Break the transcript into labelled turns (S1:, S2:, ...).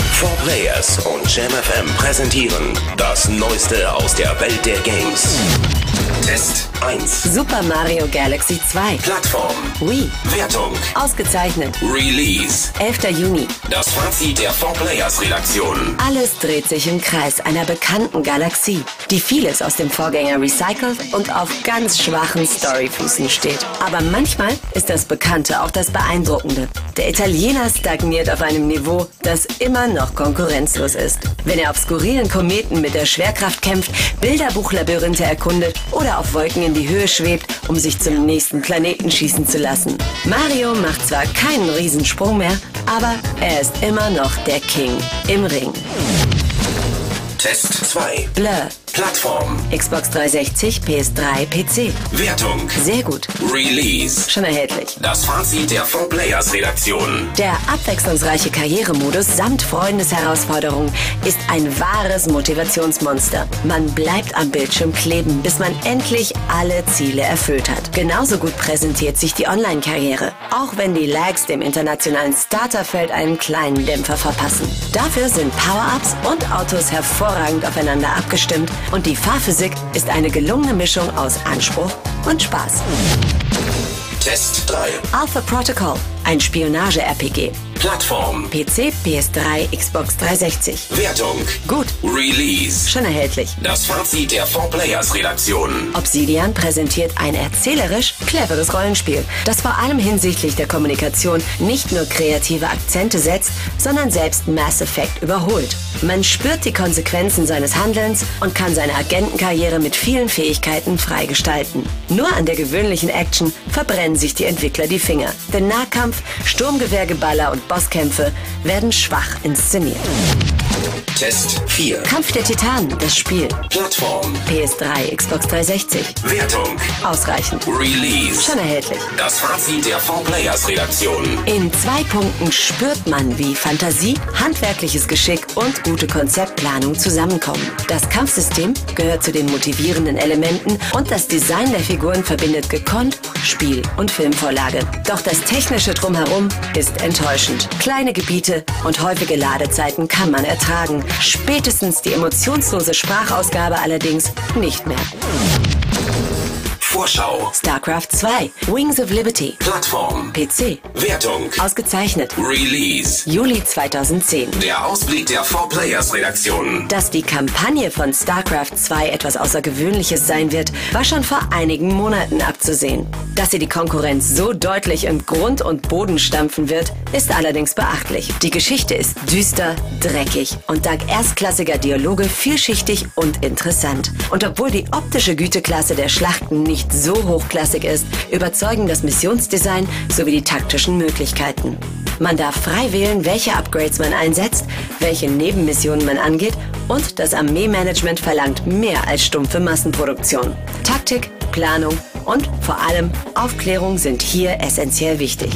S1: 4 Players und JamFM präsentieren das Neueste aus der Welt der Games. Test 1.
S2: Super Mario Galaxy 2.
S1: Plattform.
S2: Wii.
S1: Wertung.
S2: Ausgezeichnet.
S1: Release.
S2: 11. Juni.
S1: Das Fazit der 4 Players Redaktion.
S2: Alles dreht sich im Kreis einer bekannten Galaxie, die vieles aus dem Vorgänger recycelt und auf ganz schwachen Storyfüßen steht. Aber manchmal ist das Bekannte auch das Beeindruckende. Der Italiener stagniert auf einem Niveau, das immer noch konkurrenzlos ist. Wenn er auf skurrilen Kometen mit der Schwerkraft kämpft, Bilderbuchlabyrinthe erkundet oder auf Wolken in die Höhe schwebt, um sich zum nächsten Planeten schießen zu lassen. Mario macht zwar keinen Riesensprung mehr, aber er ist immer noch der King im Ring.
S1: Test 2.
S2: Blur,
S1: Plattform.
S2: Xbox 360, PS3, PC.
S1: Wertung.
S2: Sehr gut,
S1: Release.
S2: schon erhältlich.
S1: Das Fazit der 4 Players Redaktion.
S2: Der abwechslungsreiche Karrieremodus samt Freundesherausforderung ist ein wahres Motivationsmonster. Man bleibt am Bildschirm kleben, bis man endlich alle Ziele erfüllt hat. Genauso gut präsentiert sich die Online-Karriere, auch wenn die Lags dem internationalen Starterfeld einen kleinen Dämpfer verpassen. Dafür sind Power-Ups und Autos hervorragend aufeinander abgestimmt und die Fahrphysik ist eine gelungene Mischung aus Anspruch und Spaß.
S1: Test 3.
S2: Alpha Protocol, ein Spionage-RPG.
S1: Plattform.
S2: PC, PS3, Xbox 360.
S1: Wertung.
S2: Gut,
S1: Release.
S2: schon erhältlich.
S1: Das Fazit der 4 Players Redaktion.
S2: Obsidian präsentiert ein erzählerisch cleveres Rollenspiel, das vor allem hinsichtlich der Kommunikation nicht nur kreative Akzente setzt, sondern selbst Mass Effect überholt. Man spürt die Konsequenzen seines Handelns und kann seine Agentenkarriere mit vielen Fähigkeiten freigestalten. Nur an der gewöhnlichen Action verbrennen sich die Entwickler die Finger, denn Nahkampf, Sturmgewehrgeballer und Bosskämpfe werden schwach inszeniert.
S1: Test 4.
S2: Kampf der Titanen, das Spiel.
S1: Plattform.
S2: PS3, Xbox 360.
S1: Wertung.
S2: Ausreichend.
S1: Release.
S2: Schon erhältlich.
S1: Das Fazit der 4 Players Redaktion.
S2: In zwei Punkten spürt man, wie Fantasie, handwerkliches Geschick und gute Konzeptplanung zusammenkommen. Das Kampfsystem gehört zu den motivierenden Elementen und das Design der Figuren verbindet gekonnt Spiel- und Filmvorlage. Doch das technische Drumherum ist enttäuschend. Kleine Gebiete und häufige Ladezeiten kann man ertragen. Spätestens die emotionslose Sprachausgabe allerdings nicht mehr.
S1: Vorschau.
S2: StarCraft 2, Wings of Liberty,
S1: Plattform.
S2: PC,
S1: Wertung.
S2: ausgezeichnet.
S1: Release.
S2: Juli 2010.
S1: Der Ausblick der 4 Players Redaktion.
S2: Dass die Kampagne von StarCraft 2 etwas Außergewöhnliches sein wird, war schon vor einigen Monaten abzusehen. Dass sie die Konkurrenz so deutlich in Grund und Boden stampfen wird, ist allerdings beachtlich. Die Geschichte ist düster, dreckig und dank erstklassiger Dialoge vielschichtig und interessant. Und obwohl die optische Güteklasse der Schlachten nicht so hochklassig ist, überzeugen das Missionsdesign sowie die taktischen Möglichkeiten. Man darf frei wählen, welche Upgrades man einsetzt, welche Nebenmissionen man angeht und das Armeemanagement verlangt mehr als stumpfe Massenproduktion. Taktik, Planung und vor allem Aufklärung sind hier essentiell wichtig.